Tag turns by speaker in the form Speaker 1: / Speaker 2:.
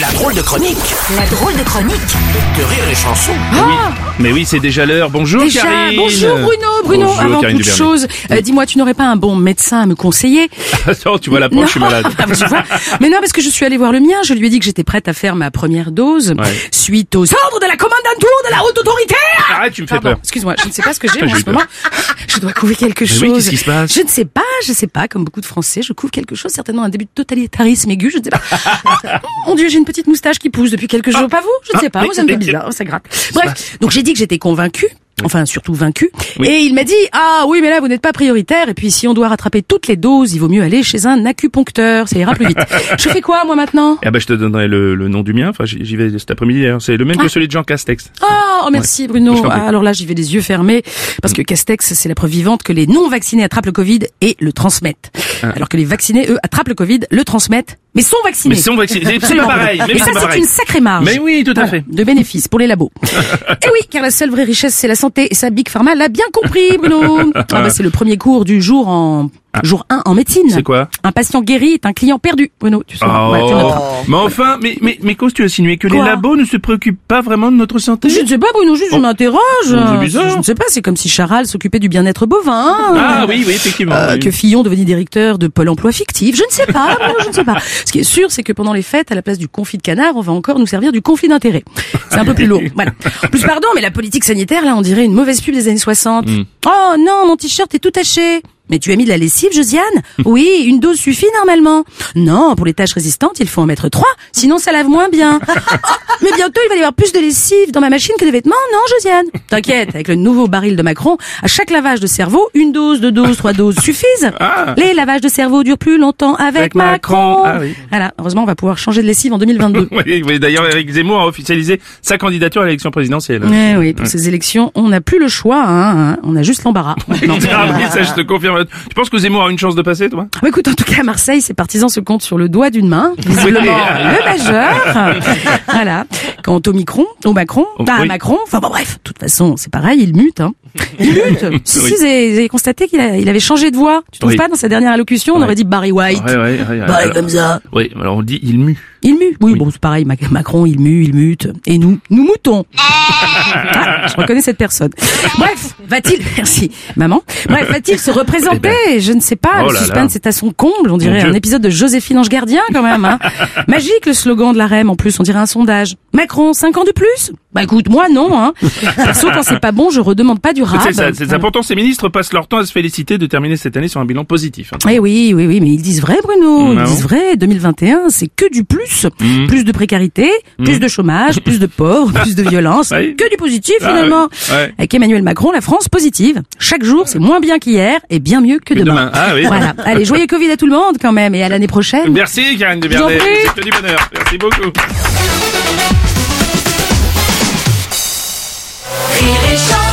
Speaker 1: La drôle de chronique
Speaker 2: La drôle de chronique.
Speaker 1: de Rire et Chanson.
Speaker 3: Mais oui, c'est déjà l'heure. Bonjour
Speaker 4: Déjà,
Speaker 3: Karine.
Speaker 4: bonjour Bruno, Bruno,
Speaker 3: Bonjour,
Speaker 4: avant
Speaker 3: Karine
Speaker 4: toute
Speaker 3: Dubernet.
Speaker 4: chose, euh, dis-moi, tu n'aurais pas un bon médecin à me conseiller
Speaker 3: Attends, tu vois la
Speaker 4: Non.
Speaker 3: poche, je suis malade.
Speaker 4: Ah bah, tu vois. Mais non, parce que je suis allée voir le mien, je lui ai dit que j'étais prête à faire ma première dose
Speaker 3: Ouais.
Speaker 4: suite aux ordres de la commandanture de la haute autorité.
Speaker 3: Arrête, tu me fais
Speaker 4: Pardon,
Speaker 3: peur.
Speaker 4: excuse-moi, je ne sais pas ce que j'ai moi, en
Speaker 3: J'ai eu
Speaker 4: ce
Speaker 3: peur.
Speaker 4: moment. Je dois couvrir quelque
Speaker 3: Mais
Speaker 4: chose.
Speaker 3: oui, qu'est-ce qui se passe
Speaker 4: Je ne sais pas, je ne sais pas, comme beaucoup de Français, je couvre quelque chose, certainement un début de totalitarisme aigu, je ne sais pas. Ah, Mon Dieu, j'ai une petite moustache qui pousse depuis quelques jours,
Speaker 3: Ah.
Speaker 4: pas vous Je ne sais pas,
Speaker 3: mais-
Speaker 4: moi, ça me fait
Speaker 3: mais-
Speaker 4: bizarre, ça gratte. Bref, donc j'ai dit que j'étais convaincue. Enfin, surtout vaincue.
Speaker 3: Oui.
Speaker 4: Et il m'a dit, ah oui, mais là, vous n'êtes pas prioritaire. Et puis, si on doit rattraper toutes les doses, il vaut mieux aller chez un acupuncteur. Ça ira plus vite. je fais quoi, moi, maintenant?
Speaker 3: Ah bah, je te donnerai le, le nom du mien. Enfin, j'y j'y vais cet après-midi. hein. C'est le même que celui de Jean Castex.
Speaker 4: Ah, Oh, merci
Speaker 3: Je
Speaker 4: Bruno.
Speaker 3: t'en prie.
Speaker 4: Ah, alors là, j'y vais les yeux fermés parce que Castex, c'est la preuve vivante que les non vaccinés attrapent le Covid et le transmettent.
Speaker 3: Ah.
Speaker 4: Alors que les vaccinés, eux, attrapent le Covid, le transmettent, mais sont vaccinés.
Speaker 3: Mais si on va, c'est c'est pas
Speaker 4: Absolument,
Speaker 3: pareil.
Speaker 4: Bruno.
Speaker 3: Mais
Speaker 4: et
Speaker 3: oui,
Speaker 4: ça,
Speaker 3: c'est pas
Speaker 4: c'est
Speaker 3: pareil.
Speaker 4: une Ah. sacrée marge.
Speaker 3: Mais oui, tout à
Speaker 4: Voilà,
Speaker 3: fait.
Speaker 4: De bénéfices pour les labos. et oui, car la seule vraie richesse, c'est la santé. Et ça, Big Pharma l'a bien compris, Bruno. Ah bah, c'est le premier cours du jour en jour 1 en médecine.
Speaker 3: Ah. C'est quoi
Speaker 4: Un patient guéri est un client perdu, Bruno. Tu sais.
Speaker 3: Oh.
Speaker 4: Ouais, Ah, bah, tu noteras.
Speaker 3: Mais enfin, mais, mais, mais cause tu insinuais que les
Speaker 4: Quoi
Speaker 3: labos ne se préoccupent pas vraiment de notre santé
Speaker 4: Je ne sais pas, Bruno, juste je m'interroge.
Speaker 3: Oh. c'est bizarre.
Speaker 4: Je ne sais pas, c'est comme si Charal s'occupait du bien-être bovin.
Speaker 3: Ah oui, oui, effectivement.
Speaker 4: Euh,
Speaker 3: oui.
Speaker 4: que Fillon devenait directeur de Pôle emploi fictif. Je ne sais pas, Bruno, je ne sais pas. Ce qui est sûr, c'est que pendant les fêtes, à la place du confit de canard, on va encore nous servir du conflit d'intérêt. C'est un peu plus lourd. Voilà. En plus, pardon, mais la politique sanitaire, là, on dirait une mauvaise pub des années 60.
Speaker 3: Hmm.
Speaker 4: Oh non, mon t-shirt est tout taché. Mais tu as mis de la lessive, Josiane Oui, une dose suffit normalement. Non, pour les tâches résistantes, il faut en mettre trois, sinon ça lave moins bien. Oh, mais bientôt, il va y avoir plus de lessive dans ma machine que de vêtements, non, Josiane T'inquiète, avec le nouveau baril de Macron, à chaque lavage de cerveau, une dose, deux doses, trois doses suffisent.
Speaker 3: Ah.
Speaker 4: Les lavages de cerveau durent plus longtemps avec,
Speaker 3: Avec
Speaker 4: Macron.
Speaker 3: Macron. Ah oui.
Speaker 4: Voilà, heureusement, on va pouvoir changer de lessive en 2022.
Speaker 3: Oui, oui, D'ailleurs, Eric Zemmour a officialisé sa candidature à l'élection présidentielle.
Speaker 4: Eh oui, pour ces élections, on n'a plus le choix, hein, hein, on a juste l'embarras. maintenant.
Speaker 3: Ah oui, ça je te confirme. Tu penses que Zemmour a une chance de passer, toi
Speaker 4: Bah, écoute, en tout cas, à Marseille, ses partisans se comptent sur le doigt d'une main. Visiblement,
Speaker 3: Oui.
Speaker 4: le majeur. Voilà. Quant au Micron, au Macron,
Speaker 3: Oh,
Speaker 4: bah, à
Speaker 3: oui.
Speaker 4: Macron, enfin bon, bref, de toute façon, c'est pareil, il mute. Hein. Il mute. Si,
Speaker 3: Oui.
Speaker 4: si, vous avez, vous avez constaté qu'il a- il avait changé de voix. Tu trouves
Speaker 3: Oui.
Speaker 4: pas, dans sa dernière allocution, on
Speaker 3: Ouais.
Speaker 4: aurait dit Barry White.
Speaker 3: Ouais, ouais, ouais, ouais.
Speaker 4: Bah,
Speaker 3: Alors-
Speaker 4: comme ça.
Speaker 3: Oui, alors on dit il mue.
Speaker 4: Il mue. Oui, bon, c'est pareil. Mac- Macron, il mue, il mute. Et nous, nous moutons. Ah, je reconnais cette personne. Bref, va-t-il, merci, maman. Bref, va-t-il se représenter? Je ne sais pas.
Speaker 3: Oh
Speaker 4: le
Speaker 3: là
Speaker 4: suspense
Speaker 3: là.
Speaker 4: est à son comble. On dirait
Speaker 3: Mon Dieu.
Speaker 4: un épisode de Joséphine Ange Gardien, quand même, hein. Magique, le slogan de la REM, en plus. On dirait un sondage. Macron, 5 ans de plus? Bah, écoute, moi, non, hein. Perso, quand c'est pas bon, je redemande pas du rap.
Speaker 3: c'est ça, c'est ça.
Speaker 4: Voilà.
Speaker 3: Pourtant, ces ministres passent leur temps à se féliciter de terminer cette année sur un bilan positif. hein.
Speaker 4: Eh oui, oui, oui, mais ils disent vrai, Bruno. Ils
Speaker 3: Ah
Speaker 4: disent
Speaker 3: bon Mm.
Speaker 4: vrai. 2021, c'est que du plus. Plus de précarité, plus de chômage, plus de pauvres, plus de violence.
Speaker 3: Ouais.
Speaker 4: Que du positif,
Speaker 3: Ah,
Speaker 4: finalement.
Speaker 3: ouais. Ouais.
Speaker 4: Avec Emmanuel Macron, la France positive. Chaque jour, c'est moins bien qu'hier et bien mieux que
Speaker 3: Que
Speaker 4: demain.
Speaker 3: demain. Ah oui.
Speaker 4: Voilà. Allez, joyeux Covid à tout le monde, quand même, et à l'année prochaine.
Speaker 3: Merci, Karine de Bernet.
Speaker 4: Je vous en prie.
Speaker 3: C'est que du bonheur. Merci beaucoup.
Speaker 2: Rire et Chanson.